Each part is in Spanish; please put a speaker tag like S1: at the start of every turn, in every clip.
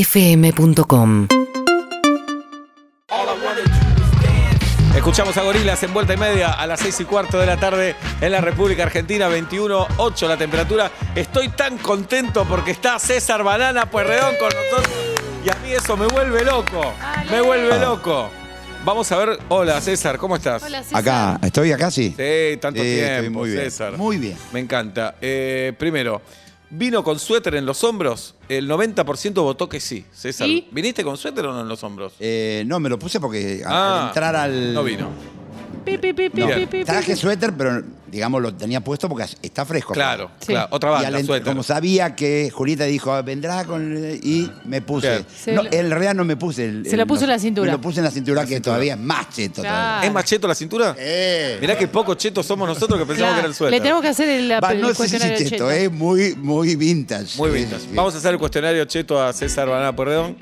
S1: urbanaplayfm.com
S2: Escuchamos a Gorilas en vuelta y media a las 6 y cuarto de la tarde en la República Argentina, 21.8 la temperatura. Estoy tan contento porque está César Banana Puerredón con nosotros y a mí eso me vuelve loco. Me
S3: Ah.
S2: vuelve loco. Vamos a ver. Hola César, ¿cómo estás?
S3: Hola, César.
S4: Acá, ¿estoy acá sí?
S2: Sí, tanto
S4: Sí, Eh, estoy
S2: tiempo,
S4: muy bien.
S2: César.
S4: Muy bien.
S2: Me encanta. Eh, primero, ¿vino con suéter en los hombros? El 90% votó que sí, César.
S3: ¿Y?
S2: ¿Viniste con suéter o no en los hombros?
S4: Eh, no, me lo puse porque a-
S2: Ah,
S4: al entrar al.
S2: No vino.
S3: Pi, pi, pi, pi,
S4: No,
S3: pi, pi,
S4: traje
S3: pi.
S4: suéter, pero digamos lo tenía puesto porque está fresco.
S2: Claro,
S3: Sí.
S2: claro. Otra
S4: y al
S2: banda,
S4: ent-
S2: suéter.
S4: como sabía que Julieta dijo, "Ah, vendrá con. el-", Y me puse.
S2: Bien.
S3: Se
S4: No,
S3: lo-
S4: en realidad no me puse. El,
S3: Se lo puso en la cintura.
S4: Me lo puse en la cintura, que todavía es más cheto. todavía.
S3: Claro.
S2: ¿Es más cheto la cintura?
S4: Eh.
S2: Mirá qué poco chetos somos nosotros que pensamos
S3: Claro,
S2: que era el suéter.
S3: Le tenemos que hacer el,
S4: Ah. Va,
S3: el
S4: no sé si
S3: cuestionario
S4: cheto,
S3: cheto.
S4: es muy, muy vintage.
S2: Muy
S4: Eh,
S2: bien.
S4: eh,
S2: Vamos a hacer el cuestionario cheto a César Banana Perdón.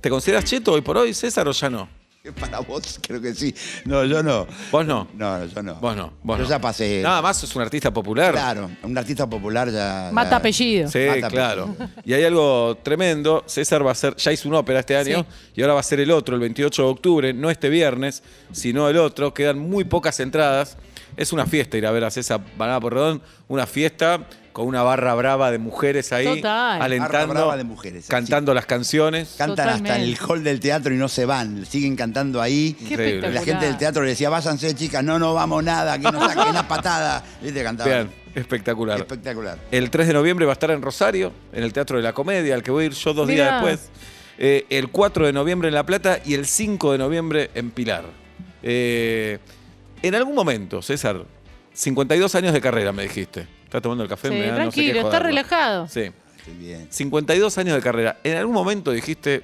S2: ¿Te consideras cheto hoy por hoy, César, o ya no?
S4: Para vos, creo que sí. No, yo no.
S2: ¿Vos no?
S4: No, yo no.
S2: Vos no. Vos
S4: yo
S2: no.
S4: ya pasé.
S2: Nada más sos un artista popular.
S4: Claro, un artista popular ya.
S3: Mata
S4: ya-
S3: apellido.
S2: Sí,
S4: Mata,
S2: claro. Y hay algo tremendo. César va a ser, ya hizo una ópera este año y ahora va a ser el otro, el 28 de octubre, no este viernes, sino el otro. Quedan muy pocas entradas. Es una fiesta ir a ver a César Banana Porredón, una fiesta con una barra brava de mujeres ahí,
S3: Total.
S2: alentando,
S4: Barra brava de mujeres, así.
S2: cantando las canciones.
S4: Cantan hasta en el
S3: Totalmente.
S4: hall del teatro y no se van, siguen cantando ahí.
S3: Qué
S2: Increíble.
S3: espectacular.
S4: La gente del teatro le decía, váyanse, chicas, no, no vamos nada, que nos saquen la patada. Y te cantaban.
S2: Vean, espectacular.
S4: Espectacular.
S2: El 3 de noviembre va a estar en Rosario, en el Teatro de la Comedia, al que voy a ir yo dos
S3: Mirá.
S2: días después. Eh, el 4 de noviembre en La Plata y el 5 de noviembre en Pilar. Eh, en algún momento, César, 52 años de carrera, me dijiste. ¿Estás tomando el café?
S3: Sí,
S2: Me da no sé qué
S3: tranquilo, está
S2: joderlo.
S3: relajado.
S2: Sí.
S4: Estoy bien.
S2: 52 años de carrera. En algún momento dijiste,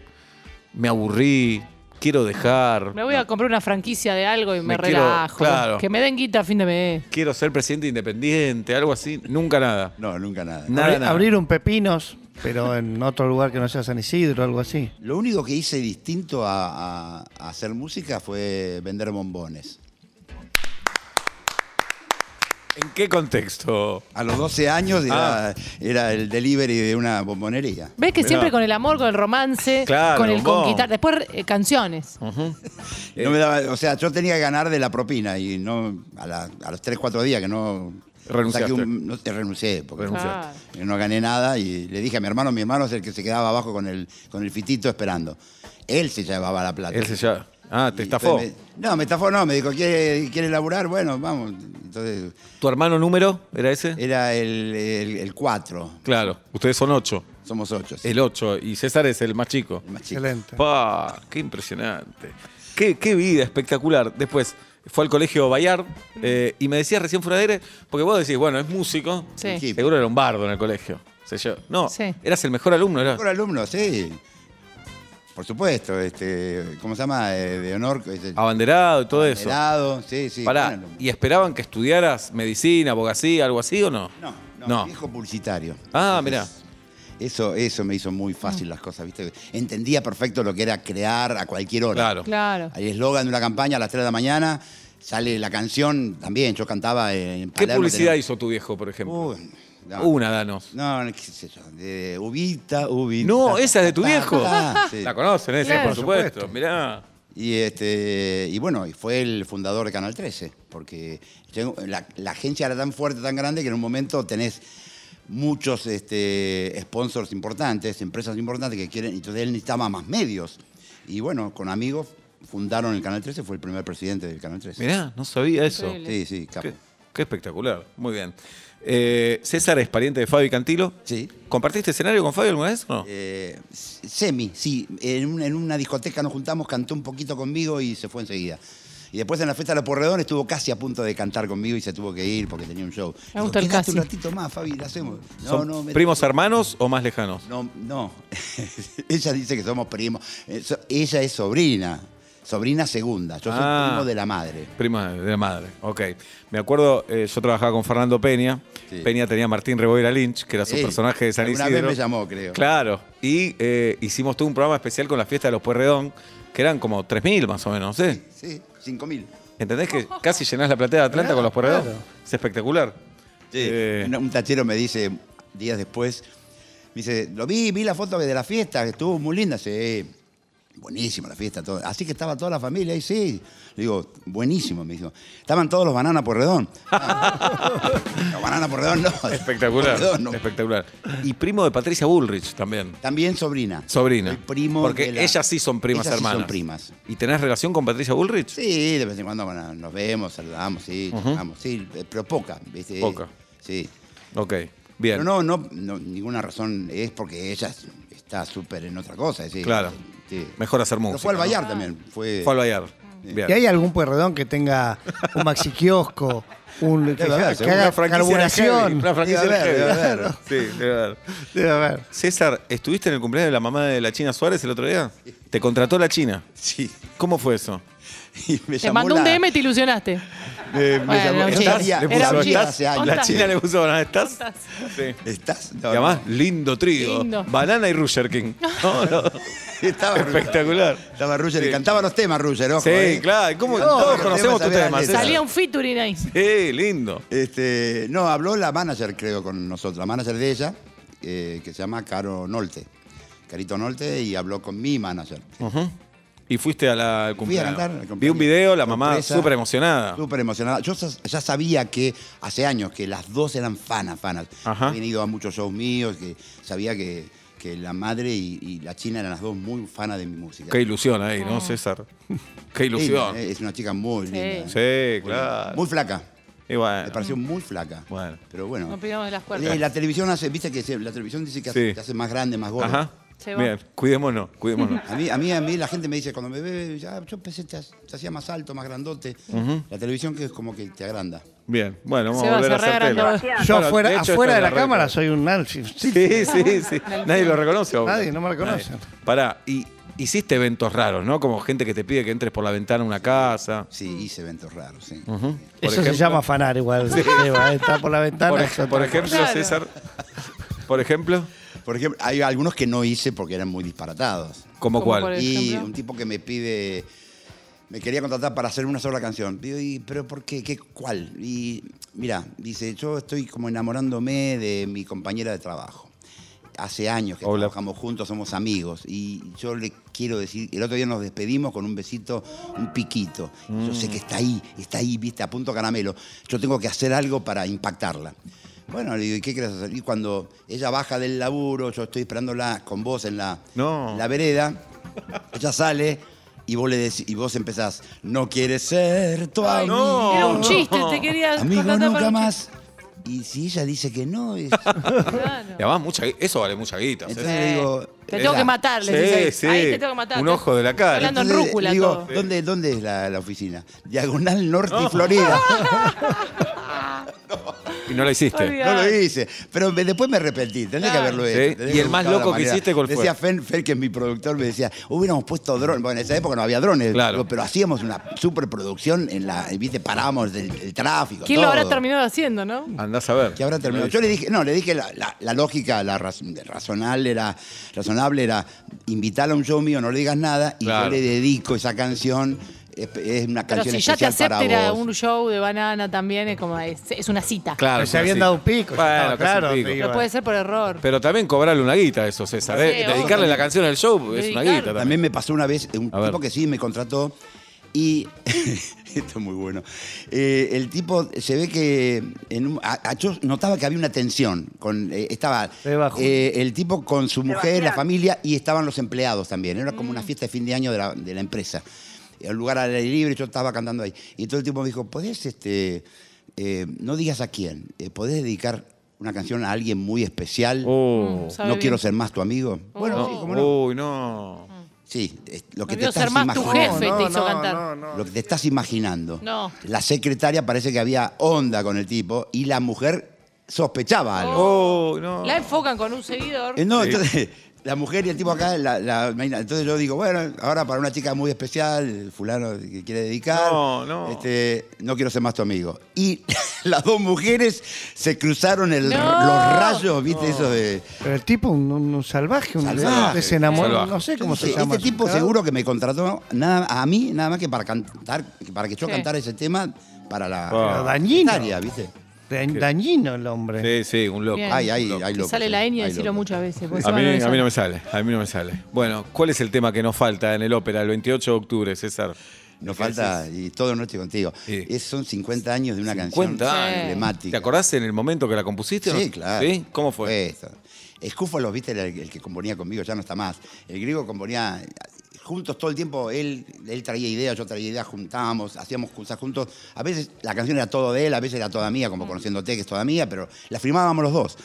S2: me aburrí, quiero dejar,
S3: Me voy a comprar una franquicia de algo y me,
S2: Me quiero-
S3: relajo.
S2: claro.
S3: Que me den guita a fin de mes.
S2: quiero ser presidente independiente, algo así. Nunca nada.
S4: No, nunca nada.
S2: Nada,
S5: Abri-
S2: nada.
S5: Abrieron pepinos, pero en otro lugar que no sea San Isidro o algo así.
S4: Lo único que hice distinto a, a- a hacer música fue vender bombones.
S2: ¿En qué contexto?
S4: A los 12 años era,
S2: Ah.
S4: era el delivery de una bombonería.
S3: ¿Ves que
S2: Mirá.
S3: siempre con el amor, con el romance,
S2: Claro,
S3: con
S2: vos.
S3: el
S2: Mm.
S3: conquistar? Después eh, canciones.
S2: Eh,
S4: No me daba- o sea, yo tenía que ganar de la propina y no a, la- a los 3, 4 días que no...
S2: Renunciaste.
S4: saqué un- no te renuncié, porque
S3: Renunciaste.
S4: no gané nada y le dije a mi hermano, mi hermano es el que se quedaba abajo con el, con el fitito esperando. Él se llevaba la plata.
S2: Él se llama. Ah, te
S4: Y
S2: estafó.
S4: entonces me- no, me estafó no, me dijo, ¿quiere, quiere laburar? Bueno, vamos. Entonces,
S2: ¿Tu hermano número era ese?
S4: era el 4,
S2: Eh, Claro, ustedes son ocho.
S4: somos 8.
S2: El ocho, y César es el más chico.
S5: Excelente.
S2: ¡Pah! ¡Qué impresionante! ¡Qué, qué vida espectacular! Después fue al colegio Bayard eh, y me decías recién fuera de aire, porque vos decís, bueno, es músico.
S3: Sí.
S4: Sí.
S2: Seguro era un bardo en el colegio. Se llevó- No,
S3: Sí.
S2: eras el mejor alumno, era.
S4: Mejor alumno, sí. Por supuesto, este, ¿cómo se llama? Eh, De honor. es el-
S2: Abanderado y todo eso.
S4: Helado, sí, sí.
S2: Pará,
S4: buen alumno.
S2: ¿y esperaban que estudiaras medicina, abogacía, algo así o no?
S4: No, no,
S2: No.
S4: viejo publicitario.
S2: Ah,
S4: Entonces, Eso, eso me hizo muy fácil las cosas, ¿viste? Entendía perfecto lo que era crear a cualquier hora.
S2: Claro.
S3: Claro.
S4: El eslogan de una campaña a las 3 de la mañana, sale la canción también, yo cantaba en
S2: ¿Qué
S4: Palermo,
S2: publicidad
S4: tenía-
S2: hizo tu viejo, por ejemplo?
S4: Uy, no.
S2: Una, danos.
S4: No, no, qué sé yo, de Ubita, Ubita.
S2: No, esa es de tu
S4: ta,
S2: viejo.
S4: ta, sí.
S2: La conocen esa,
S3: Claro.
S2: por supuesto. Mirá.
S4: Y este y bueno, y fue el fundador de Canal 13, porque llegó- la, la agencia era tan fuerte, tan grande, que en un momento tenés muchos este, sponsors importantes, empresas importantes que quieren, entonces él necesitaba más medios. Y bueno, con amigos fundaron el Canal 13, fue el primer presidente del Canal 13.
S2: Mirá, no sabía eso.
S3: Increíble.
S4: Sí, sí, capo.
S2: Qué, qué espectacular. Muy bien. Eh, César es pariente de Fabi Cantilo.
S4: Sí.
S2: ¿Compartiste escenario con Fabi alguna vez o no?
S4: Eh, semi, sí, en una, en una discoteca nos juntamos, cantó un poquito conmigo y se fue enseguida. Y después en la fiesta de la Porredón estuvo casi a punto de cantar conmigo y se tuvo que ir porque tenía un show.
S3: Me
S4: Dijo,
S3: gusta el
S4: "Quédate un
S3: casi".
S4: ratito más, Fabi, la hacemos. No,
S2: ¿Son
S4: no, me-
S2: primos hermanos o más lejanos?
S4: No, no. ella dice que somos primos. Eh, so- Ella es sobrina, sobrina segunda. Yo soy
S2: Ah.
S4: primo de la madre.
S2: Prima de la madre, ok. Me acuerdo, eh, yo trabajaba con Fernando Peña.
S4: Sí.
S2: Peña tenía a Martín Reboira Lynch, que era su
S4: Sí.
S2: personaje de San
S4: Alguna
S2: Isidro.
S4: vez me llamó, creo.
S2: Claro. Y eh, hicimos todo un programa especial con la fiesta de los Puerredón, que eran como 3.000 más o menos, ¿eh?
S4: Sí, 5.000.
S2: ¿Entendés que casi llenás la platea de Atlanta
S5: Claro,
S2: con los Puerredón?
S5: claro.
S2: Es espectacular.
S4: Sí.
S2: Eh,
S4: Un- Un tachero me dice días después, Me dice, lo vi, vi la foto de la fiesta, que estuvo muy linda. Sí, buenísima la fiesta. Todo. Así que estaba toda la familia ahí, sí. Le digo, buenísimo, me dijo. Estaban todos los bananas por redón. los bananas por redón no.
S2: Espectacular.
S4: Porredón no.
S2: Espectacular. Y primo de Patricia Bullrich también.
S4: También sobrina.
S2: Sobrina.
S4: Soy primo
S2: Porque
S4: de la-
S2: ellas sí son primas
S4: Ellas sí son
S2: hermanas.
S4: primas.
S2: ¿Y tenés relación con Patricia Bullrich?
S4: Sí, de vez en cuando bueno, nos vemos, saludamos, sí, charlamos, sí, pero poca, ¿viste?
S2: Poca.
S4: Sí.
S2: Ok. Bien.
S4: Pero no, no, no, ninguna razón es porque ella es- está súper en otra cosa, sí.
S2: Claro.
S4: Sí.
S2: Mejor hacer música.
S4: Pero fue al
S2: ¿no?
S4: Bayar también, fue...
S2: Fue al Bayar. Bien.
S5: ¿Y hay algún puerredón que tenga un maxi kiosco, un, que,
S4: Debe haber,
S5: que
S4: seguro.
S5: haga
S2: Una franquicia de heavy,
S5: carburación?
S2: Una franquicia
S4: Debe haber,
S2: de heavy.
S4: debe haber.
S2: Sí, debe haber.
S5: Debe haber.
S2: César, ¿estuviste en el cumpleaños de la mamá de la China Suárez el otro día? Te contrató la China.
S4: Sí.
S2: ¿Cómo fue eso?
S4: Y me
S3: Te
S4: llamó
S3: mandó un
S4: la-
S3: DM y te ilusionaste.
S4: eh, me
S3: Bueno,
S4: llamó-
S3: un
S4: Estás-
S3: chiste.
S4: le
S3: Era
S4: puso
S3: un
S4: aquí
S3: chiste.
S4: hace años.
S2: La
S3: ¿Estás?
S2: China le puso banana. ¿Estás?
S3: ¿Estás?
S2: Sí.
S4: ¿Estás? No,
S2: Y además, lindo trigo.
S3: Lindo.
S2: Banana y Rusher King. No, no.
S4: Estaba Ruger.
S2: Espectacular.
S4: Estaba Ruger
S2: Sí.
S4: y cantaba los temas Ruger, ojo.
S2: Sí,
S4: eh.
S2: claro. ¿Cómo?
S4: No,
S2: Todos
S4: los
S2: conocemos tu
S4: temas
S2: tema.
S4: había-
S2: César.
S3: Salía un featuring ahí.
S2: Sí, lindo.
S4: Este, no, habló la manager, creo, con nosotros, la manager de ella, eh, que se llama Caro Nolte. Carito Nolte, y habló con mi manager.
S2: Y fuiste a la al
S4: Fui a
S2: cumpleaños.
S4: cantar, al cumpleaños.
S2: Vi un video, la mamá
S4: Sorpresa.
S2: súper emocionada.
S4: Súper emocionada. Yo sa- ya sabía que hace años que las dos eran fanas, fanas.
S2: Ajá.
S4: Habían ido a muchos shows míos, que sabía que, que la madre y, y la china eran las dos muy fanas de mi música.
S2: Qué ilusión ahí,
S3: Ah.
S2: ¿no, César? Qué ilusión.
S4: Linda, eh, Es una chica muy linda.
S2: Sí,
S4: Muy linda.
S2: claro.
S4: Muy flaca.
S2: Y bueno.
S4: Me pareció muy flaca.
S2: Bueno.
S4: Pero bueno.
S3: No pegamos de las cuerdas.
S4: Eh, la televisión hace, viste que se- la televisión dice que hace-
S2: Sí.
S4: te hace más grande, más gordo.
S2: Ajá.
S3: Se va.
S2: Bien, cuidémonos, cuidémonos.
S4: A mí, a mí, a mí la gente me dice, cuando me ve, ya, yo pensé que te, te hacía más alto, más grandote. La televisión que es como que te agranda.
S2: Bien, bueno, vamos
S3: Se
S2: a
S3: va,
S2: volver a
S3: se
S2: hacer
S3: reagrandó.
S2: tela.
S5: Yo
S2: Bueno,
S5: afuera,
S2: de hecho, esta
S5: afuera de
S2: es
S5: la,
S2: recta.
S5: cámara soy un narcis.
S2: Sí, sí, sí. Nadie lo reconoce. a vos.
S5: Nadie, no me reconocen.
S2: Nadie. Pará, y hiciste eventos raros, ¿no? Como gente que te pide que entres por la ventana a una casa.
S4: Sí, hice eventos raros, sí.
S2: Por
S5: Eso
S2: ejemplo-
S5: se llama afanar igual. Eva, eh, Está por la ventana.
S2: Por, ej-
S5: eso está-
S2: por ejemplo,
S3: Claro.
S2: César. Por ejemplo,
S4: Por ejemplo, hay algunos que no hice porque eran muy disparatados.
S2: ¿como
S3: Como por
S2: cuál?
S3: ejemplo.
S4: Y un tipo que me pide, me quería contratar para hacer una sola canción. Digo, "¿Y ¿pero por qué? ¿Qué- ¿Cuál? Y mira, dice, yo estoy como enamorándome de mi compañera de trabajo. Hace años que
S2: Hola.
S4: trabajamos juntos, somos amigos. Y yo le quiero decir, el otro día nos despedimos con un besito, un piquito. Yo sé que está ahí, está ahí, viste, a punto caramelo. Yo tengo que hacer algo para impactarla. Bueno, le digo, ¿y qué quieres hacer? Y cuando ella baja del laburo, yo estoy esperándola con vos en la,
S2: No.
S4: en la vereda. Ella sale y vos, le dec- y vos empezás, no quieres ser tu
S2: Ay,
S4: amigo.
S2: no.
S3: Era un chiste, te quería
S4: Amigo,
S3: contratar para
S4: nunca
S3: un
S4: más. Y si ella dice que no, es-
S3: chiste. Claro.
S2: Y además, mucha, gui- eso vale mucha guita.
S4: Entonces,
S2: César.
S4: le digo,
S3: te
S4: eh,
S3: tengo
S4: la-
S3: que matar, les
S2: Sí,
S3: dice.
S2: sí.
S3: Ahí te tengo que matar.
S2: Un ojo de la cara.
S3: Hablando en
S4: Entonces,
S3: rúcula
S4: digo,
S3: todo.
S4: ¿dónde, ¿dónde es la, la oficina? Diagonal Norte y Florida.
S2: Y no la hiciste.
S3: Olvidate.
S4: No lo hice. Pero me- después me arrepentí. Tendría que
S3: Claro.
S4: haberlo
S2: Sí.
S4: hecho. Tendría
S2: ¿Y
S4: que
S2: el más
S4: buscar la
S2: loco que
S4: manera.
S2: hiciste cuál fue?
S4: Decía Fen, Fen, que es mi productor, me decía, hubiéramos puesto drones. Bueno, en esa época no había drones.
S2: Claro.
S4: digo, Pero hacíamos una superproducción en la... ¿Viste? Parábamos el, el tráfico,
S3: ¿Quién lo habrá
S4: todo.
S3: terminado haciendo, no?
S2: Andás a ver.
S4: que habrá terminado. Yo le dije, no, le dije la, la- la lógica, la raz- razonable era, razonable era invitar a un show mío, no le digas nada, y
S2: Claro.
S4: yo le dedico esa canción. Es, es una
S3: Pero
S4: canción
S3: si ya te
S4: especial para
S3: acepta ir a
S4: vos.
S3: un show de banana también, es como es, es una cita.
S2: Claro.
S5: Pero se
S2: una
S5: habían
S2: cita.
S5: dado un pico, ya
S2: Bueno, casi
S5: estaba
S2: un
S5: claro,
S2: pico.
S5: te digo.
S3: No puede ser por error.
S2: Pero también cobrarle una guita a eso, César. ¿eh?
S3: Sí, obvio.
S2: Dedicarle la canción al show es una
S3: Dedicarle.
S2: guita también.
S4: También me pasó una vez, un
S2: A ver.
S4: tipo que sí me contrató y. esto es muy bueno. Eh, el tipo se ve que. en un- a- a- yo notaba que había una tensión. Con, eh, estaba
S5: Debajo.
S4: eh, el tipo con su mujer, la
S1: Sebastián.
S4: familia y estaban los empleados también. Era como una
S3: Mm.
S4: fiesta de fin de año de la, de la empresa. El lugar al aire libre, yo estaba cantando ahí. Y todo el tipo me dijo: ¿Podés, este, eh, no digas a quién, eh, podés dedicar una canción a alguien muy especial?
S2: Oh.
S3: Mm,
S4: No
S3: sabe bien. Oh.
S4: quiero ser más tu amigo. Bueno, sí, cómo no.
S2: Uy, no.
S4: Sí, es lo que te
S3: quiero
S4: estás
S3: ser más tu
S4: imaginando.
S3: jefe, te hizo cantar.
S4: Lo que te estás imaginando.
S3: No.
S4: La secretaria parece que había onda con el tipo y la mujer sospechaba algo.
S2: Oh, no.
S3: La enfocan con un seguidor.
S4: Eh, No, entonces, la mujer y el tipo acá, la, la- entonces yo digo, bueno, ahora para una chica muy especial, fulano que quiere dedicar,
S2: No, no.
S4: Este, no quiero ser más tu amigo. Y las dos mujeres se cruzaron el-
S3: No.
S4: los rayos, viste, eso de...
S5: Pero el tipo, un, un- un salvaje, un
S4: Salvaje.
S5: salvaje. se enamoró,
S2: Salvaje.
S5: no sé
S4: Yo
S5: cómo
S4: dije,
S5: se llama.
S4: Este
S5: su
S4: tipo
S5: cara.
S4: seguro que me contrató nada, a mí nada más que para cantar, para que yo
S3: Sí.
S4: cantara ese tema para la,
S2: Pero
S4: la
S5: dañino.
S4: secretaria, ¿viste?
S5: da- dañino el hombre.
S2: Sí, sí, un loco.
S3: Bien.
S4: Ay, ay,
S2: Loco.
S4: ay,
S3: Te
S4: loco,
S3: sale
S4: sí,
S3: la ñ y
S4: ay,
S3: decirlo
S4: loco.
S3: muchas veces. porque
S2: A
S3: si no,
S2: mí,
S3: es
S2: a mí no
S3: algo.
S2: me sale, a mí no me sale. Bueno, ¿cuál es el tema que nos falta en el ópera el 28 de octubre, César?
S4: Nos
S2: ¿Qué
S4: falta,
S2: decís?
S4: y todo nuestro contigo.
S2: Sí.
S4: Es- son 50 años de una canción
S2: 50
S3: años.
S4: emblemática.
S2: ¿Te acordás en el momento que la compusiste? o no?
S4: Sí, claro. Eh,
S2: ¿Sí? ¿Cómo fue?
S4: Esto. Escúfalos, viste, era el, el que componía conmigo, ya no está más. El griego componía eh, juntos todo el tiempo, él, él traía ideas, yo traía ideas, juntábamos, hacíamos cosas juntos. A veces la canción era todo de él, a veces era toda mía, como conociéndote que es toda mía, pero la firmábamos los dos.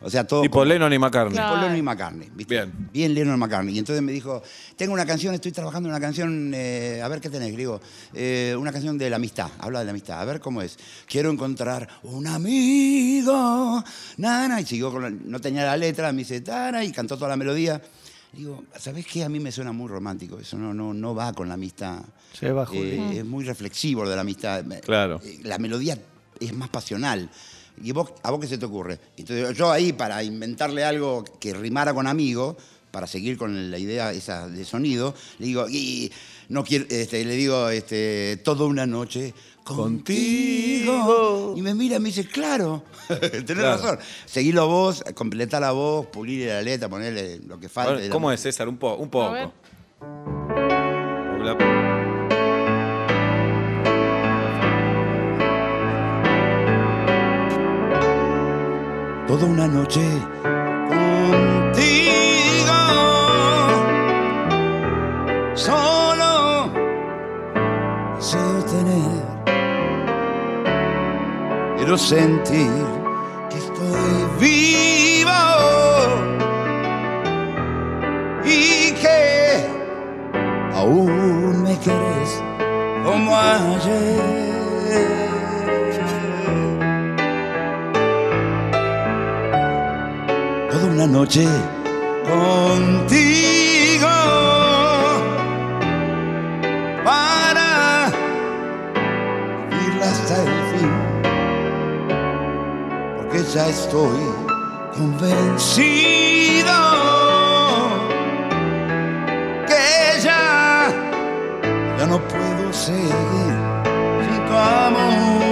S4: O sea, todo.
S2: Tipo
S4: como-
S2: Lennon y McCartney.
S3: Claro.
S4: Paul Lennon y McCartney. ¿viste?
S2: Bien.
S4: Bien Lennon y McCartney. Y entonces me dijo, tengo una canción, estoy trabajando en una canción, eh, a ver qué tenés, griego. Eh, una canción de la amistad, habla de la amistad, a ver cómo es. Quiero encontrar un amigo, nana. Y siguió con, la- no tenía la letra, me dice, tana, y cantó toda la melodía. Digo, ¿sabés qué? A mí me suena muy romántico, eso no, no, no va con la amistad.
S5: Se va, Juli.
S4: Eh, Es muy reflexivo lo de la amistad.
S2: Claro.
S4: Eh, la melodía es más pasional. ¿Y vos, a vos qué se te ocurre? Entonces, yo ahí, para inventarle algo que rimara con amigo, para seguir con la idea esa de sonido, le digo, y no quiero, este, le digo, este, toda una noche contigo. Y me mira y me dice, claro, tenés
S2: Claro.
S4: razón. Seguilo vos, completá la voz, pulir la letra, ponerle lo que
S2: A
S4: falte.
S2: ver,
S4: de la
S2: ¿Cómo es,
S4: música.
S2: César? Un, po- un
S3: A ver.
S2: poco. Hola.
S4: Toda una noche contigo, solo deseo tener, quiero sentir que estoy vivo y que aún me quieres como ayer. toda una noche contigo para vivirla hasta el fin, porque ya estoy convencido que ya ya no puedo seguir sin tu amor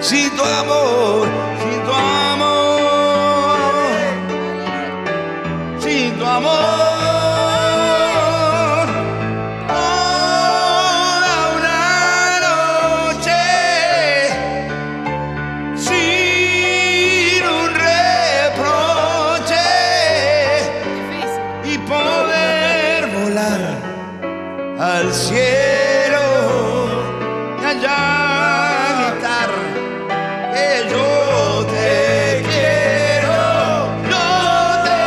S4: si tu amor, si tu amor, si tu amor, toda una noche, sin un reproche
S3: Difícil.
S4: y poder volar al cielo y allá gritar que yo te quiero, yo te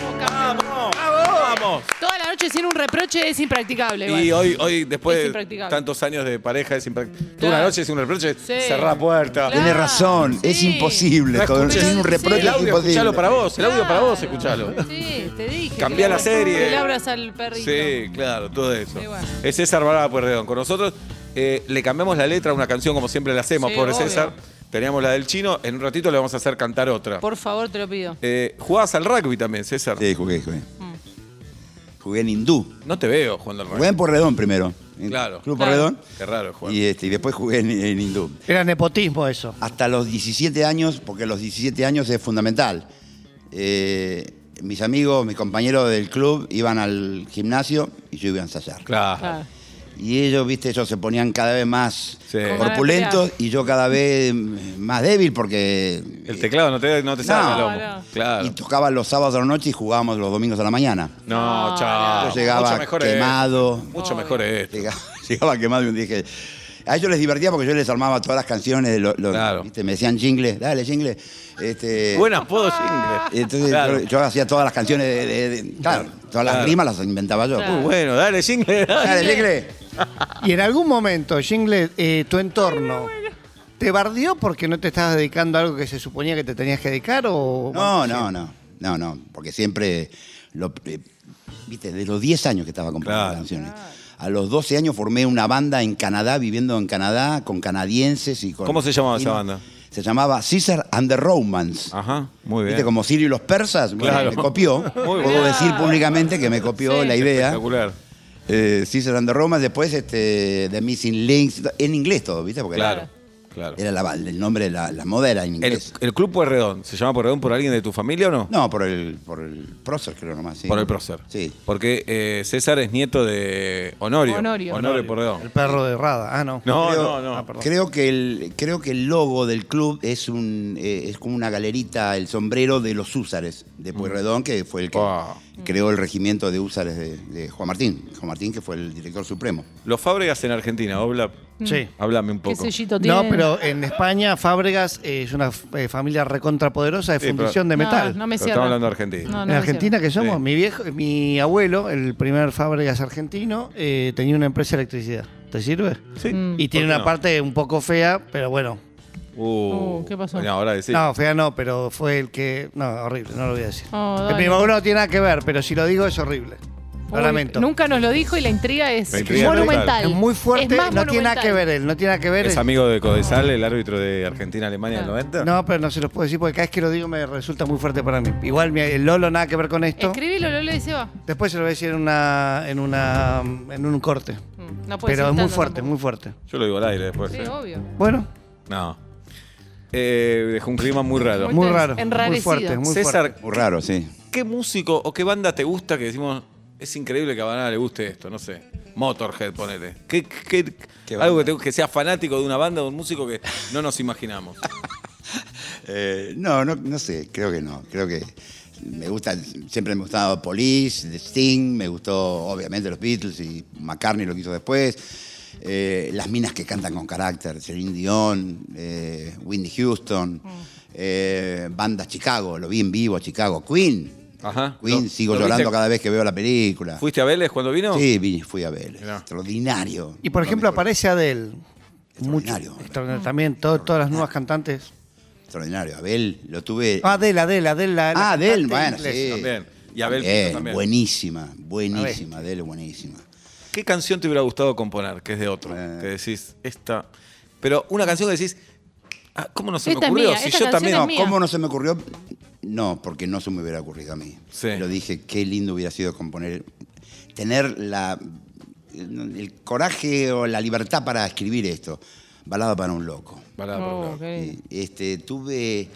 S4: quiero.
S2: ¡Vamos! ¡Vamos!
S3: Toda la noche sin un reproche es impracticable.
S2: Y
S3: igual.
S2: hoy, hoy
S3: Es
S2: después de
S3: impracticable.
S2: tantos años de pareja, es impracticable. Tú
S3: Claro.
S2: una noche es un reproche,
S3: Sí.
S2: cerrá puerta.
S3: Claro. Tenés razón, es imposible,
S2: No todo- escuches. sin un
S3: reproche
S2: El audio, escuchalo para vos, el audio para
S3: Claro.
S2: vos, escuchalo.
S3: Sí, te dije.
S2: Cambiá
S3: que le
S2: la
S3: abras-
S2: serie.
S3: que Le abras al perrito.
S2: Sí, claro, todo eso.
S3: Sí, bueno.
S2: Es César Barada Puerredón. Con nosotros eh, le cambiamos la letra a una canción como siempre la hacemos,
S3: Sí,
S2: pobre
S3: obvio.
S2: César. Teníamos la del chino, en un ratito le vamos a hacer cantar otra.
S3: Por favor, te lo pido.
S2: Eh, jugabas al rugby también, César.
S4: Sí, jugué, jugué. Jugué en hindú.
S2: No te veo jugando al
S4: Jugué
S2: rugby.
S4: en Porredón primero. en
S2: Claro.
S4: Club
S3: Claro.
S4: Porredón.
S2: Qué raro jugar.
S4: Y, este, y después jugué en, en hindú.
S5: Era nepotismo eso.
S4: hasta los 17 años, porque los 17 años es fundamental. Eh, mis amigos, mis compañeros del club iban al gimnasio y yo iba a ensayar.
S2: Claro.
S3: Ah,
S4: Y ellos, viste, ellos se ponían cada vez más
S2: Sí.
S4: corpulentos y yo cada vez más débil porque...
S2: El teclado no te, no te sale
S4: No.
S2: el lomo.
S3: No, no.
S2: Claro.
S4: Y tocaba los sábados a la noche y jugábamos los domingos a la mañana.
S2: No,
S3: No,
S2: chao.
S4: Yo llegaba
S2: Ah, Mucho mejor eh.
S4: quemado.
S2: esto. Mucho mejor esto.
S4: Llegaba, llegaba quemado y un día dije. A ellos les divertía porque yo les armaba todas las canciones. de lo- lo-
S2: Claro.
S4: ¿viste? Me decían jingle, dale jingle. Este,
S2: Buen apodo, Jingle.
S4: Entonces
S2: Claro.
S4: yo, yo hacía todas las canciones de, de- de- claro, todas las
S2: Claro.
S4: rimas las inventaba yo.
S3: Claro.
S2: Muy bueno, dale, Jingle. dale.
S4: Dale, Jingle.
S5: Y en algún momento, Jingle, eh, tu entorno, ¿te bardeó porque no te estabas dedicando a algo que se suponía que te tenías que dedicar? O,
S4: No, no, no. No, no. Porque siempre lo- eh, viste, de los 10 años que estaba componiendo
S2: Claro.
S4: canciones. A los 12 años formé una banda en Canadá, viviendo en Canadá, con canadienses y con.
S2: ¿Cómo se llamaba esa banda?
S4: Se llamaba Caesar and the Romans.
S2: Ajá, muy bien.
S4: ¿Viste? Como Sirio y los persas, bueno,
S2: Claro.
S4: me copió.
S2: Muy
S4: Puedo
S2: bien.
S4: decir públicamente que me copió
S3: Sí.
S4: la idea.
S2: Espectacular.
S4: eh, César and the Romas, después este, The Missing Links, en inglés todo, ¿viste? Porque
S2: Claro, claro.
S4: era, era la- el nombre de la, la moda era en
S2: El,
S4: inglés.
S2: el Club Puerredón, ¿se llama Puerredón por alguien de tu familia o no?
S4: no, por el, por el prócer, creo nomás. sí.
S2: Por el prócer.
S4: Sí.
S2: Porque eh, César es nieto de Honorio.
S3: Honorio.
S2: Honorio Puerredón.
S5: El perro de Rada. Ah, no.
S2: No,
S4: Creo-
S2: no, no.
S5: Ah, perdón.
S4: Creo que el, creo que el logo del club es un eh, es como una galerita, el sombrero de los húsares de
S2: Mm.
S4: Pueyrredón, que fue el que
S2: Wow.
S4: creó el regimiento de húsares de, de Juan Martín. Juan Martín, que fue el director supremo.
S2: Los Fábregas en Argentina, habla,
S5: Sí.
S2: háblame un
S3: Mm. ¿Qué
S2: poco.
S3: sellito tiene?
S5: No, pero en España Fábregas eh, es una eh, familia recontrapoderosa de
S2: Sí, pero-
S5: fundición de
S3: No,
S5: metal.
S3: No, me
S2: Pero
S3: cierra.
S2: estamos hablando de Argentina.
S3: No, no
S5: en
S3: me
S5: Argentina que somos,
S2: Sí.
S5: mi viejo, mi abuelo, el primer Fábregas argentino, eh, tenía una empresa de electricidad. ¿Te sirve?
S2: Sí.
S3: Mm.
S5: Y tiene
S2: ¿Por qué
S5: una
S2: no?
S5: parte un poco fea, pero bueno.
S2: Uh,
S3: Uh, ¿qué pasó?
S2: bueno, ahora decís.
S5: No, fea no, pero fue el que. No, horrible, no lo voy a decir.
S3: Oh,
S5: El
S3: dale.
S5: mi abuelo no tiene nada que ver, pero si lo digo es horrible.
S3: cierra.
S5: Lo
S3: Uy,
S5: lamento.
S3: Nunca nos lo dijo y la intriga es
S2: La intriga es
S3: monumental.
S5: Es muy fuerte,
S3: Es más
S5: no tiene nada que ver
S3: monumental.
S5: él, no tiene nada que ver.
S2: Es
S5: es-
S2: amigo de Codesal, el árbitro de Argentina-Alemania del
S3: Ah.
S2: 90.
S5: No, pero no se los puedo decir porque cada vez que lo digo me resulta muy fuerte para mí. Igual mi- el Lolo nada que ver con esto.
S3: Escribilo, lo le Seba.
S5: Después se lo voy a decir en una en una en un corte.
S3: Mm, No puede
S5: pero
S3: ser
S5: es muy
S3: tanto
S5: fuerte,
S3: tampoco.
S5: muy fuerte.
S2: Yo lo digo al aire después.
S3: Sí,
S2: eh.
S3: obvio.
S5: Bueno,
S2: No. Eh, dejó un clima muy raro.
S3: Muy
S5: muy
S3: tenso,
S5: raro, muy
S3: enrarecido.
S5: fuerte, muy
S2: César,
S5: fuerte.
S4: Muy raro, sí.
S2: ¿qué músico o qué banda te gusta que decimos es increíble que a Banana le guste esto? No sé. Motorhead, ponele. ¿Qué- qué- algo que, te- que sea fanático de una banda o de un músico que no nos imaginamos.
S4: Eh, no, no, no sé, creo que no. Creo que me gusta, siempre me ha gustado Police, The Sting, me gustó obviamente los Beatles y McCartney lo que hizo después. Eh, las minas que cantan con carácter, Celine Dion, eh, Whitney Houston, eh, banda Chicago, lo vi en vivo a Chicago, Queen.
S2: Ajá.
S4: Queen,
S2: Lo-
S4: sigo
S2: lo
S4: llorando
S2: viste-
S4: cada vez que veo la película.
S2: ¿Fuiste a Vélez cuando vino?
S4: Sí, vi- fui a ver,
S2: Mirá.
S4: extraordinario.
S5: Y por
S4: Lo
S5: ejemplo
S4: mejor.
S5: aparece Adele.
S4: Extraordinario.
S5: Mucho- extraordinario. También todo- todas las nuevas cantantes.
S4: Extraordinario, Abel, lo tuve...
S5: Ah, Adele, Adele, Adele. la- la
S4: Ah, Adele,
S5: cantante
S4: bueno,
S5: inglesa.
S4: sí.
S2: También. Y Abel
S4: También,
S2: Pinto también.
S4: Buenísima, buenísima, Adele, buenísima.
S2: ¿Qué canción te hubiera gustado componer? Que es de otro.
S4: Eh.
S2: Que decís, esta. Pero una canción que decís, ah, ¿cómo no se
S3: Esta
S2: me
S3: es
S2: ocurrió?
S3: mía,
S2: si
S3: esta
S2: yo
S3: canción
S2: también.
S3: es
S4: No,
S3: mía.
S4: ¿cómo no se me ocurrió? No, porque no se me hubiera ocurrido a mí.
S2: Sí.
S4: Pero dije, qué lindo hubiera sido componer, tener la, el coraje o la libertad para escribir esto. Balada para un loco.
S2: Pará,
S3: Oh,
S2: pará, pará.
S3: qué lindo.
S4: Eh, Este, tuve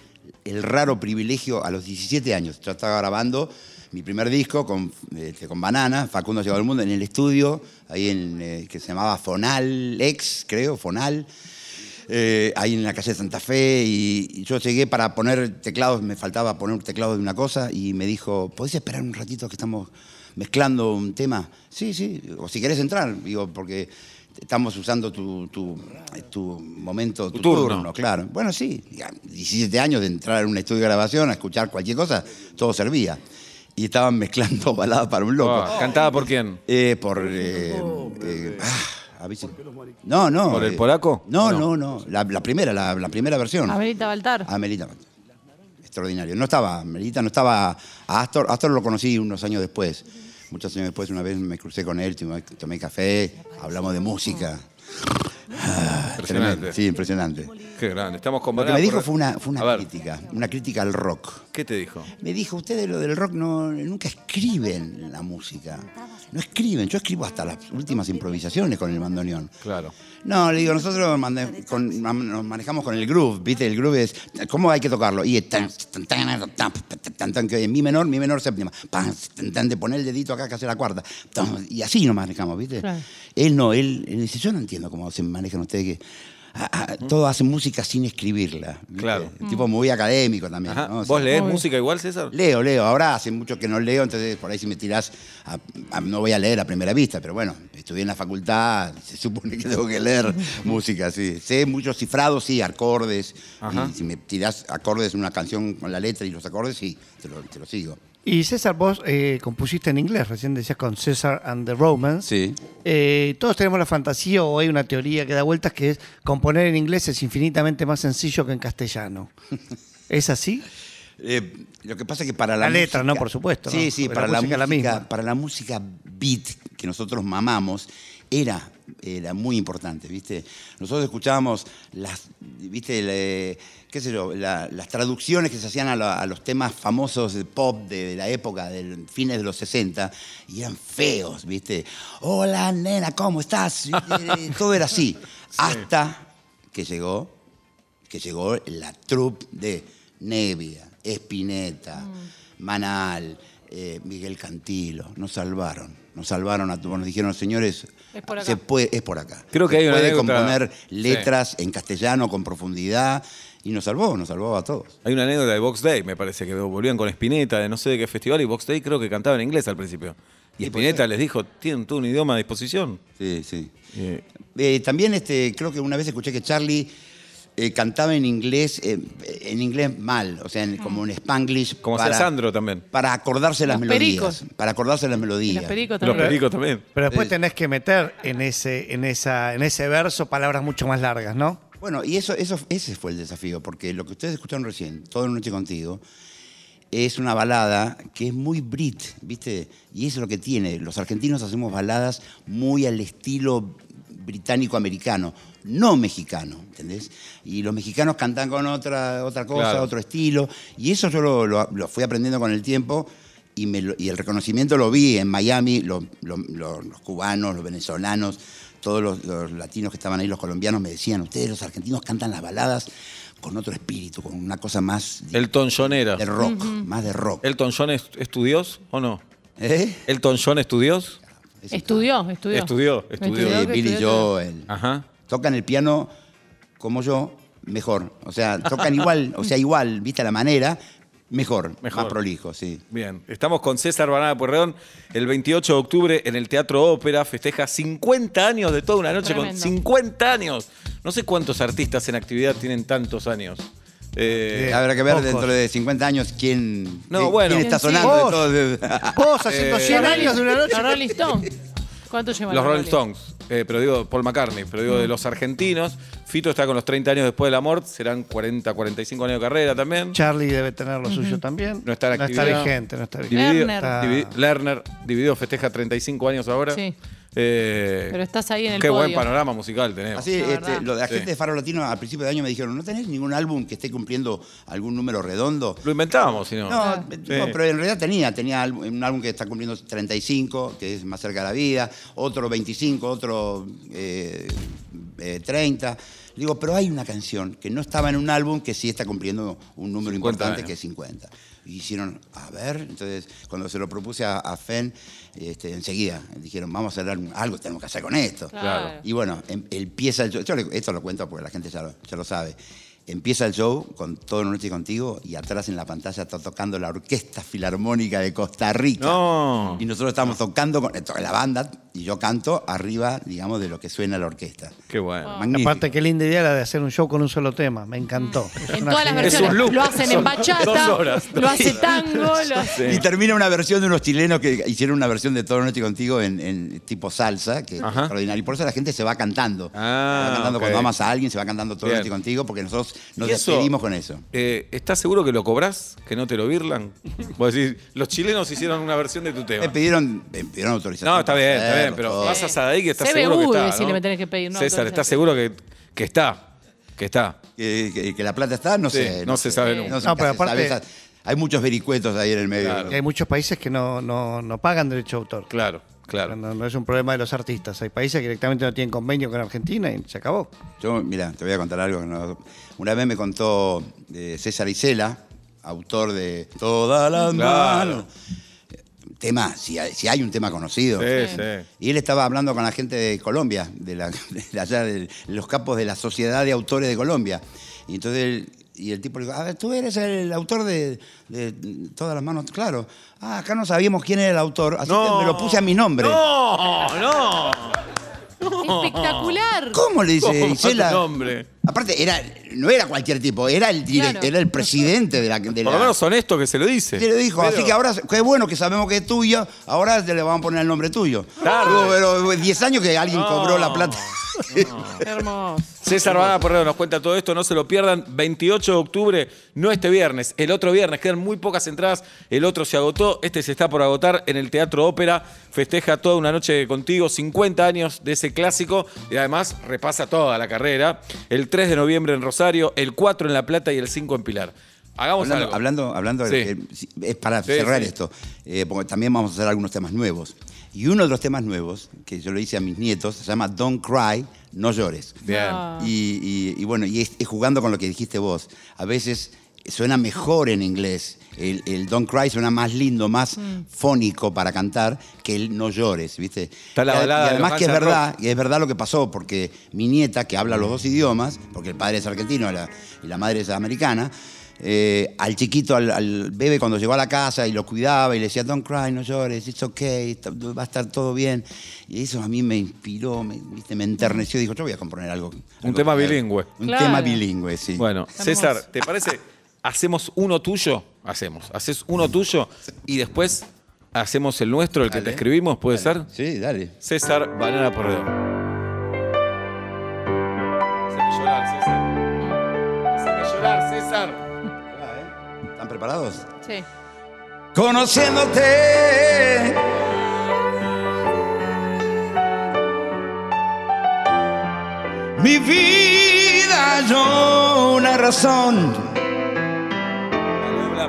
S4: el raro privilegio a los 17 años. Yo estaba grabando mi primer disco con, este, con Banana, Facundo Llegó al Mundo, en el estudio, ahí en, eh, que se llamaba Fonal Ex, creo, Fonal. eh, ahí en la calle de Santa Fe y, y yo llegué para poner teclados, me faltaba poner un teclado de una cosa y me dijo, ¿podés esperar un ratito que estamos mezclando un tema? Sí, sí, o si querés entrar, digo, porque estamos usando tu, tu- tu momento, tu,
S2: Tu turno.
S4: turno, claro. Bueno, sí, y a 17 años de entrar en un estudio de grabación, a escuchar cualquier cosa, todo servía. Y estaban mezclando baladas para un loco.
S2: Ah, ¿Cantada por quién?
S4: Eh, por. eh, eh, ah, a veces- No, no.
S2: ¿Por el
S4: eh,
S2: polaco?
S4: No,
S2: ¿O
S4: no, no. La, la primera, la, la primera versión.
S3: Amelita Baltar.
S4: Amelita. Extraordinario. No estaba, Amelita no estaba. A Astor, Astor lo conocí unos años después. Muchos años después, una vez me crucé con él, tomé, tomé café, hablamos de música. Ah,
S2: Impresionante.
S4: tremendo. Sí, impresionante.
S2: Qué grande. Estamos con
S4: Lo que
S2: Banana
S4: me dijo
S2: por-
S4: fue una, fue una
S2: A ver,
S4: crítica, una crítica al rock.
S2: ¿Qué te dijo?
S4: Me dijo, ustedes lo del rock no, nunca escriben la música. No escriben, yo escribo hasta las últimas improvisaciones con el bandoneón.
S2: Claro.
S4: No, le digo, nosotros mane- con- man- nos manejamos con el groove, ¿viste? El groove es, ¿cómo hay que tocarlo? Y es tan, tan, tan, tan, tan, tan, tan, que en mi menor, mi menor séptima. Pan, tan, tan, de poner el dedito acá que hace la cuarta. Tan, Y así nos manejamos, ¿viste?
S3: Claro.
S4: Él no, él, él dice, yo no entiendo cómo se manejan ustedes que... ah, ah, todos hacen música sin escribirla. ¿viste?
S2: Claro.
S4: Tipo muy académico también.
S2: Ajá.
S4: ¿no? O
S2: ¿Vos
S4: sea,
S2: lees
S3: Obvio.
S2: música igual, César?
S4: Leo, leo. Ahora hace mucho que no leo, entonces por ahí si me tirás, a- a- no voy a leer a primera vista, pero bueno, estudié en la facultad, se supone que tengo que leer música, sí. Sé muchos cifrados, sí, acordes.
S2: Ajá.
S4: Y si me tirás acordes en una canción con la letra y los acordes, sí, te lo, te lo sigo.
S5: Y César, vos eh, compusiste en inglés, recién decías con César and the Romans.
S4: Sí.
S5: Eh, todos tenemos la fantasía o hay una teoría que da vueltas que es componer en inglés es infinitamente más sencillo que en castellano. ¿Es así?
S4: Eh, lo que pasa es que para la,
S5: La letra,
S4: música-
S5: ¿no? Por supuesto,
S4: Sí,
S5: ¿no?
S4: sí,
S5: Porque
S4: para
S5: la
S4: la, música,
S5: música es la misma.
S4: para la música beat que nosotros mamamos era, era muy importante, ¿viste? Nosotros escuchábamos las viste, el, eh, qué sé yo, la- las traducciones que se hacían a, la- a los temas famosos de pop de, de la época, de fines de los 60, y eran feos, viste. Hola, nena, ¿cómo estás? Y, eh, Todo era así. Hasta que llegó, que llegó la troupe de Nevia, Espineta,
S3: Mm.
S4: Manal, eh, Miguel Cantilo. Nos salvaron. Nos salvaron a todos. Nos dijeron, señores,
S3: Es por acá.
S4: se puede, es por acá.
S2: Creo que
S4: Se
S2: hay una
S4: puede
S2: anécdota-
S4: componer
S2: Sí.
S4: letras en castellano con profundidad y nos salvó, nos salvó a todos.
S2: Hay una anécdota de Box Day, me parece, que volvían con Spinetta de no sé de qué festival y Box Day creo que cantaba en inglés al principio. Y
S4: Sí, puede
S2: Spinetta les dijo, tienen todo un idioma a disposición.
S4: Sí, sí.
S2: Eh,
S4: Eh, también este, creo que una vez escuché que Charlie eh, cantaba en inglés, eh, en inglés mal, o sea, en- como un spanglish.
S2: Como hacía Sandro también.
S4: Para acordarse las
S3: Mm. Los
S4: melodías.
S3: pericos.
S4: Para acordarse las melodías.
S3: Los pericos
S2: los
S3: también.
S2: pericos también.
S5: Pero después
S4: Sí.
S5: tenés que meter en ese, en, esa, en ese verso palabras mucho más largas, ¿no?
S4: Bueno, y eso, eso, ese fue el desafío, porque lo que ustedes escucharon recién, Toda la noche contigo, es una balada que es muy Brit, ¿viste? Y eso es lo que tiene. Los argentinos hacemos baladas muy al estilo británico-americano, no mexicano, ¿entendés? Y los mexicanos cantan con otra, otra cosa,
S2: Claro.
S4: otro estilo. Y eso yo lo, lo- lo fui aprendiendo con el tiempo. Y, me lo- y el reconocimiento lo vi en Miami, lo- lo- lo- los cubanos, los venezolanos, todos los, los latinos que estaban ahí, los colombianos, me decían, ustedes los argentinos cantan las baladas con otro espíritu, con una cosa más
S2: El tonjonera.
S4: de rock, más de rock.
S2: ¿Elton John es- estudios o no?
S4: ¿Eh?
S2: ¿Elton John estudios?
S3: Estudió, estudió.
S2: Estudió, estudió.
S4: Eh,
S2: Creo
S3: que
S4: Billy
S3: estudió.
S4: Joel.
S2: Ajá.
S4: Tocan el piano como yo, mejor. O sea, tocan igual, o sea, igual, vista la manera, mejor,
S2: Mejor.
S4: más prolijo, sí.
S2: Bien, estamos con César Banada Puerredón. El 28 de octubre en el Teatro Ópera festeja 50 años de toda una noche con
S3: Tremendo.
S2: 50 años. No sé cuántos artistas en actividad tienen tantos años. Eh,
S5: Eh,
S4: Habrá que ver
S5: pocos.
S4: dentro de 50 años quién,
S2: No,
S4: quién-
S2: bueno.
S4: quién está
S3: ¿Quién
S4: sonando. de
S5: sigue?
S4: todo- de-
S5: Vos haciendo
S2: Eh,
S5: 100
S3: Los
S5: años de una
S3: Rolling-
S5: noche.
S3: Los Rolling Stones. ¿Cuánto llevan
S2: los Rolling Stones, eh, pero digo Paul McCartney, pero digo de los argentinos. Fito está con los 30 años después del amor, serán 40, 45 años de carrera también.
S5: Charlie debe tener lo suyo también.
S2: No está en actividad.
S5: vigente, no está vigente.
S2: Dividido-
S3: Lerner.
S5: Ah.
S2: divi- Lerner, dividido, festeja 35 años ahora.
S3: Sí.
S2: Eh,
S3: Pero estás ahí en el
S2: Qué buen
S3: podio.
S2: panorama musical tenemos.
S4: Así,
S3: La verdad.
S4: este, lo de la
S2: Sí.
S4: gente de Faro Latino a principio de año me dijeron, ¿no tenés ningún álbum que esté cumpliendo algún número redondo?
S2: Lo inventábamos, si no.
S4: No,
S3: Ah.
S4: eh,
S2: Sí.
S4: no, pero en realidad tenía, tenía algo- un álbum que está cumpliendo 35, que es más cerca de la vida, otro 25, otro eh, eh, 30. Le digo, pero hay una canción que no estaba en un álbum que sí está cumpliendo un número
S2: 50
S4: importante,
S2: años.
S4: que es 50. Y hicieron, a ver, entonces cuando se lo propuse a, a Fen, este, enseguida dijeron, vamos a hacer algo, algo tenemos que hacer con esto.
S3: Claro.
S4: Y bueno, em- empieza el show. Yo le- esto lo cuento porque la gente ya lo, ya lo sabe. Empieza el show con Todo una Noche Contigo y atrás en la pantalla está tocando la Orquesta Filarmónica de Costa Rica.
S2: No.
S4: Y nosotros estamos tocando con to- la banda y yo canto arriba, digamos, de lo que suena la orquesta.
S2: Qué bueno.
S4: Magnífico.
S5: Aparte, qué linda idea la de hacer un show con un solo tema. Me encantó. Es
S3: En
S5: una
S3: todas las
S2: Es
S5: genial-
S2: un
S3: versiones.
S2: loop.
S3: Lo hacen
S2: Son
S3: en bachata,
S2: dos horas.
S3: lo hace tango, lo hace...
S4: Y termina una versión de unos chilenos que hicieron una versión de Todo una Noche Contigo en, en tipo salsa, que
S2: Ajá.
S4: es extraordinario. Y por eso la gente se va cantando.
S2: Ah,
S4: se va cantando
S2: ok.
S4: cuando amas a alguien, se va cantando Todo una
S2: Bien.
S4: Noche Contigo, porque nosotros nos
S2: ¿Y eso?
S4: despedimos con eso.
S2: Eh, ¿Estás seguro que lo cobrás? ¿Que no te lo birlan? Vos decís, los chilenos hicieron una versión de tu
S4: Me
S2: tema.
S4: pidieron, me pidieron autorización.
S2: No, está bien,
S4: para
S2: está bien,
S4: hacerlo,
S2: pero
S4: todo.
S2: vas a Sadegui que estás
S3: CBU
S2: seguro que está.
S3: si
S2: ¿no?
S3: le tenés que pedir, no,
S2: César,
S3: entonces-
S2: ¿estás seguro que, que está? Que está.
S4: Que, que- que la plata está, no
S2: Sí,
S4: sé.
S2: no se sabe
S4: sé.
S2: nunca.
S4: No, se-
S5: No, pero
S4: se sabe,
S5: aparte-
S4: esas- hay muchos vericuetos ahí en el medio.
S2: Claro.
S5: Y hay muchos países que no, no, no pagan derecho de autor.
S2: Claro, claro.
S5: No, no es un problema de los artistas. Hay países que directamente no tienen convenio con Argentina y se acabó.
S4: Yo, mira, te voy a contar algo. que no- Una vez me contó eh, César Isela, autor de Toda la
S2: Claro.
S4: mano. Tema, si hay, si hay un tema conocido.
S2: Sí, sí.
S4: Y él estaba hablando con la gente de Colombia, de, la- de allá, de los capos de la Sociedad de Autores de Colombia. Y entonces él- y el tipo le dijo, a ver, tú eres el autor de, de Todas las Manos. Claro. Ah, acá no sabíamos quién era el autor, así que me lo puse a mi nombre.
S2: No, no.
S3: Espectacular.
S4: ¿Cómo le dice
S2: ¿Cómo?
S4: Isela?
S2: Tu nombre.
S4: Aparte, era, no era cualquier tipo, era el, direct-
S3: Claro.
S4: era el presidente de la... De
S2: Por
S4: la-
S2: lo menos honesto que se lo dice.
S4: Sí, le dijo, así
S2: Pero-
S4: que ahora, qué bueno que sabemos que es tuyo, ahora te le van a poner el nombre tuyo.
S2: Tarde.
S4: Pero, pero 10 años que alguien
S2: No.
S4: cobró la plata.
S3: Hermoso.
S2: César Banana Porrero nos cuenta todo esto, no se lo pierdan. 28 de octubre, no este viernes, el otro viernes. Quedan muy pocas entradas, el otro se agotó, este se está por agotar en el Teatro Ópera. Festeja toda una noche contigo, 50 años de ese clásico y además repasa toda la carrera. El 3 de noviembre en Rosario, el 4 en La Plata y el 5 en Pilar. Hagamos
S4: Hablando,
S2: algo.
S4: hablando, hablando
S2: Sí.
S4: eh, sí, es para
S2: Sí,
S4: cerrar
S2: sí.
S4: esto, eh, porque también vamos a hacer algunos temas nuevos. Y uno de los temas nuevos, que yo lo hice a mis nietos, se llama Don't Cry, No Llores.
S2: Bien.
S3: Ah.
S4: Y, y- y bueno, y es, es jugando con lo que dijiste vos. A veces suena mejor en inglés. El, el Don't Cry suena más lindo, más fónico para cantar que el No Llores, ¿viste?
S2: Está la
S4: Y a-
S2: balada
S4: y
S2: de los
S4: además que es
S2: Guns N'
S4: verdad, y es verdad lo que pasó, porque mi nieta, que habla los dos idiomas, porque el padre es argentino la- y la madre es americana, eh, al chiquito, al, al bebé, cuando llegó a la casa y lo cuidaba y le decía, don't cry, no llores, it's okay, está- va a estar todo bien. Y eso a mí me inspiró, me, ¿viste? me enterneció. Dijo, yo voy a componer algo. algo
S2: tema
S4: que-
S2: bilingüe.
S4: Un
S3: Claro.
S4: tema bilingüe, sí.
S2: Bueno, César, ¿te parece? ¿Hacemos uno tuyo? Hacemos. Haces uno tuyo y después hacemos el nuestro, el que te escribimos, ¿puede ser?
S4: Sí, dale.
S2: César Banana Porredón. Haceme llorar, César. Haceme llorar, César.
S4: ¿Están preparados?
S3: Sí.
S4: conociéndote. Mi vida, yo una razón
S2: Dale, habla.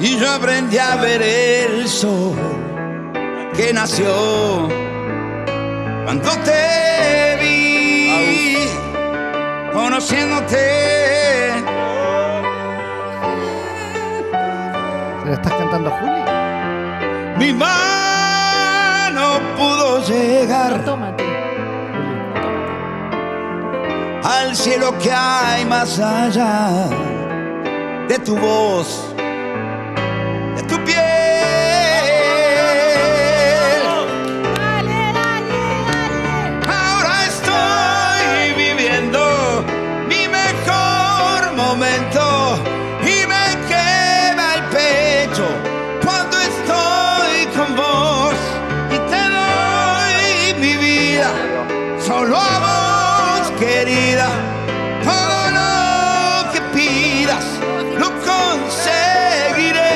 S4: y yo aprendí a ver el sol que nació cuando te vi conociéndote.
S5: ¿Se la estás cantando a Juli?
S4: Mi mano pudo llegar.
S3: No tómate.
S4: al cielo que hay más allá de tu voz, de tu piel.
S3: Dale, dale,
S4: Ahora estoy viviendo mi mejor momento y me quema el pecho cuando estoy con vos y te doy mi vida. Solo a vos, querida, todo lo que pidas lo conseguiré.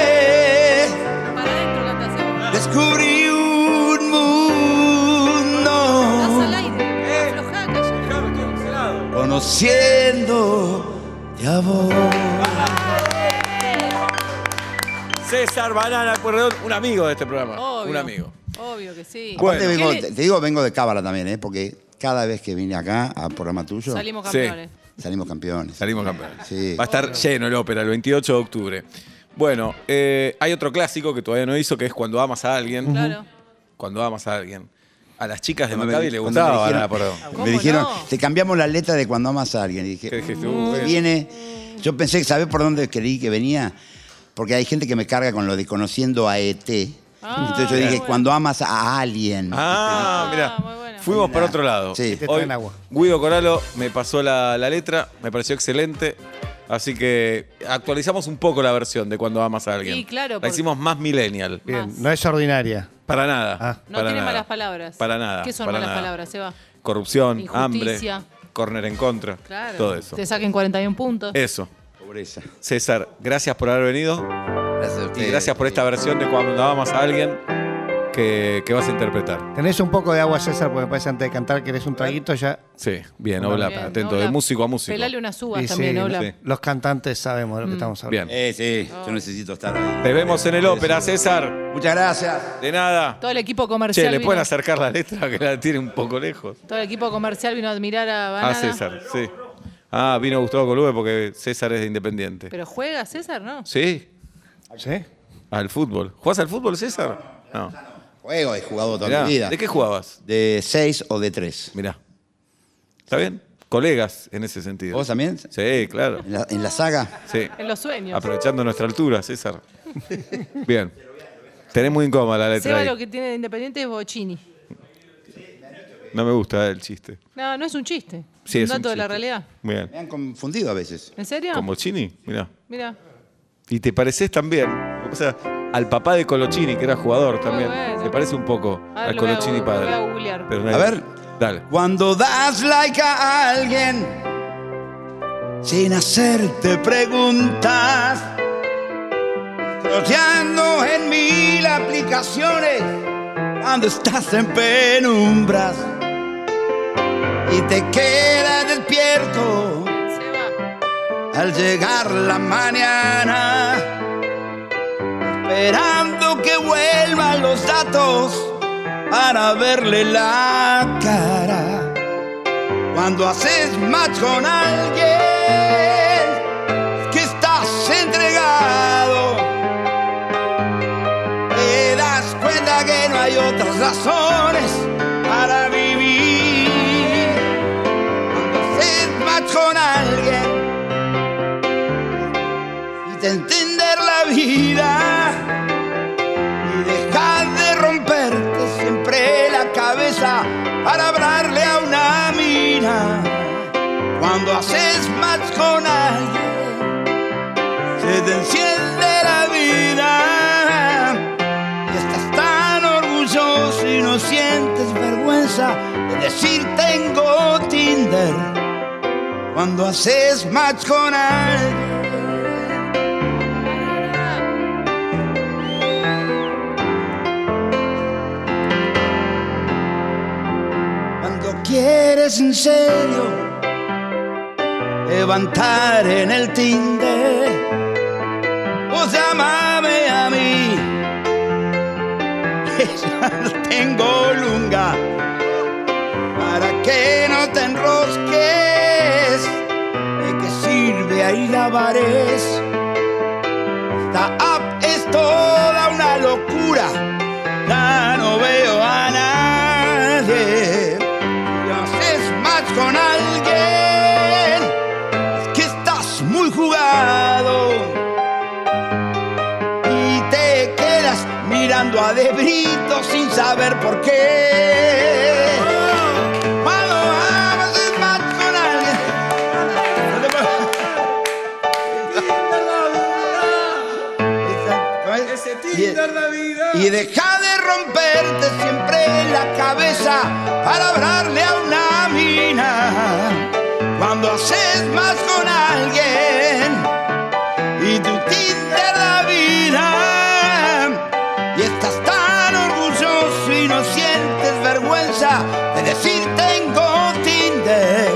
S3: dale. Para adentro cantación.
S4: Descubrí un mundo.
S3: Estás al
S2: Eh.
S3: aire. Aflojá, callate.
S4: conociendo a vos.
S2: César Banana Porredón, un amigo de este programa.
S3: Obvio.
S2: Un amigo.
S3: Obvio que sí.
S4: Aparte
S3: ¿Qué
S4: vengo-
S3: le-
S4: te, te digo, vengo de Cábala también, ¿eh? porque cada vez que vine acá a programa tuyo, salimos,
S3: Salimos campeones.
S4: campeones.
S2: campeones.
S4: Sí.
S2: Va a estar lleno el ópera el 28 de octubre. Bueno, eh, hay otro clásico que todavía no hizo, que es Cuando amas a alguien.
S3: Claro.
S2: Cuando amas a alguien. A las chicas de
S4: Cuando me-
S2: Maccabi le
S4: cuando me
S2: gustaba Banana
S4: dijeron-
S2: Porredón.
S3: ¿Cómo
S4: Me dijeron,
S3: no?
S4: te cambiamos la letra de cuando amas a alguien. Y dije,
S2: ¿Qué dijiste?
S4: "Mm,
S2: Uh,
S4: viene. Yo pensé, ¿sabés por dónde creí que venía? Porque hay gente que me carga con lo de conociendo a ET.
S3: Ah,
S4: Entonces yo dije,
S3: bueno.
S4: cuando amas a alguien.
S2: Ah,
S3: Ah,
S2: mira.
S3: muy bueno.
S2: Fuimos
S4: Mirá.
S2: para otro lado.
S4: Sí.
S5: Te
S2: Hoy,
S5: traen Este agua.
S2: Guido Coralo me pasó la, la letra, me pareció excelente. Así que actualizamos un poco la versión de cuando amas a alguien.
S3: Y claro,
S2: La
S3: porque-
S2: hicimos más millennial.
S5: Bien,
S3: Más.
S5: no es ordinaria.
S2: Para nada.
S5: Ah.
S3: No
S2: para
S3: tiene
S2: nada.
S3: malas palabras.
S2: Para nada.
S3: ¿Qué son
S2: para
S3: malas
S2: nada.
S3: palabras, Seba?
S2: Corrupción,
S3: Injusticia.
S2: hambre, córner en contra.
S3: Claro.
S2: Todo eso. Eh,
S3: Te saquen 41 puntos.
S2: Eso.
S4: Este, Pobreza.
S2: César, gracias por haber venido.
S4: Gracias a
S2: Y
S4: ustedes.
S2: gracias por esta versión de cuando amas a alguien que, que vas a interpretar.
S5: Tenés un poco de agua, César, porque me parece antes de cantar que eres un traguito ya.
S2: Sí, bien, hola,
S3: Bien,
S2: atento,
S3: Oblap.
S2: de músico a músico.
S3: Pelale unas uvas
S5: Y
S3: también, Mm.
S5: sí,
S3: Oblap.
S2: sí.
S5: Los cantantes sabemos de lo que estamos hablando.
S2: Bien.
S4: Eh, sí, yo necesito estar ahí.
S2: Te vemos en el ópera, César.
S4: Muchas gracias.
S2: De nada.
S3: Todo el equipo comercial.
S2: Che, ¿le
S3: vino-
S2: pueden acercar la letra que la tiene un poco lejos?
S3: Todo el equipo comercial vino a admirar a Banana.
S2: Ah, César, sí. Ah, vino Gustavo Colube porque César es de Independiente.
S3: Pero juega César, ¿no?
S2: Sí,
S5: ¿Sí?
S2: al fútbol. ¿Jugás al fútbol, César? No.
S4: Juego, he jugado toda
S2: Mirá,
S4: mi vida.
S2: ¿De qué jugabas?
S4: De 6 o de 3.
S2: Mirá. ¿Está bien? Colegas en ese sentido.
S4: ¿Vos también?
S2: Sí, claro.
S4: ¿En la, en la saga?
S2: Sí.
S3: En los sueños.
S2: Aprovechando nuestra altura, César. Bien. Tenés muy incómoda la letra
S3: Seba
S2: ahí.
S3: lo que tiene de independiente es Bochini.
S2: No me gusta el chiste.
S3: No, no es un chiste.
S2: Sí,
S3: un
S2: es
S3: dato
S2: un
S3: de la
S2: chiste.
S3: realidad.
S2: Bien.
S4: Me han confundido a veces.
S3: ¿En serio?
S2: ¿Con Bocini? Mirá.
S3: Mira.
S2: Y te pareces también, o sea, al papá de Colochini, que era jugador también.
S3: Ah, bueno.
S2: Te parece un poco
S3: A ver,
S2: al
S3: lo voy a-
S2: Colochini
S3: lo
S2: padre.
S3: voy a googlear.
S2: Pero no hay-
S4: A ver,
S2: Dale.
S4: Cuando das like a alguien sin hacerte preguntas, roteando en mil aplicaciones cuando estás en penumbras y te quedas despierto
S3: Se va.
S4: al llegar la mañana, esperando que vuelvan los datos para verle la cara. Cuando haces match con alguien que estás entregado, te das cuenta que no hay otras razones para vivir. Cuando haces match con alguien y de entender la vida y dejar de romperte siempre la cabeza para hablarle a una mina. Cuando haces más con alguien, se te enciende la vida y estás tan orgulloso y no sientes vergüenza de decir tengo Tinder. Cuando haces match con alguien. cuando quieres en serio levantar en el Tinder. Vos llamame a mí, que ya no tengo lunga para que no te enrosques. ¿De qué sirve ahí la bares? Esta app es toda una locura. Ya no veo a nadie. Y haces match con alguien que estás muy jugado y te quedas mirando a Debrito sin saber por qué. Cuando haces match con alguien.
S2: Ese
S4: Tinder,
S2: Navidad.
S4: y deja de romperte siempre la cabeza para hablarle a una mina. Cuando haces más con alguien y tu Tinder la vida y estás tan orgulloso y no sientes vergüenza de decir tengo Tinder.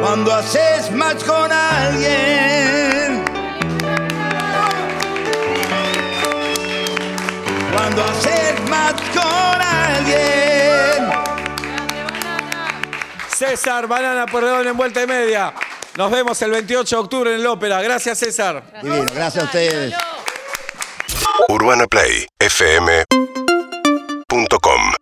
S4: Cuando haces más con alguien. cuando haces más con alguien.
S2: César Banana Perdón en vuelta y media. Nos vemos el 28 de octubre en el Ópera. Gracias, César.
S4: Divino, gracias a ustedes.
S1: UrbanaPlayFM.com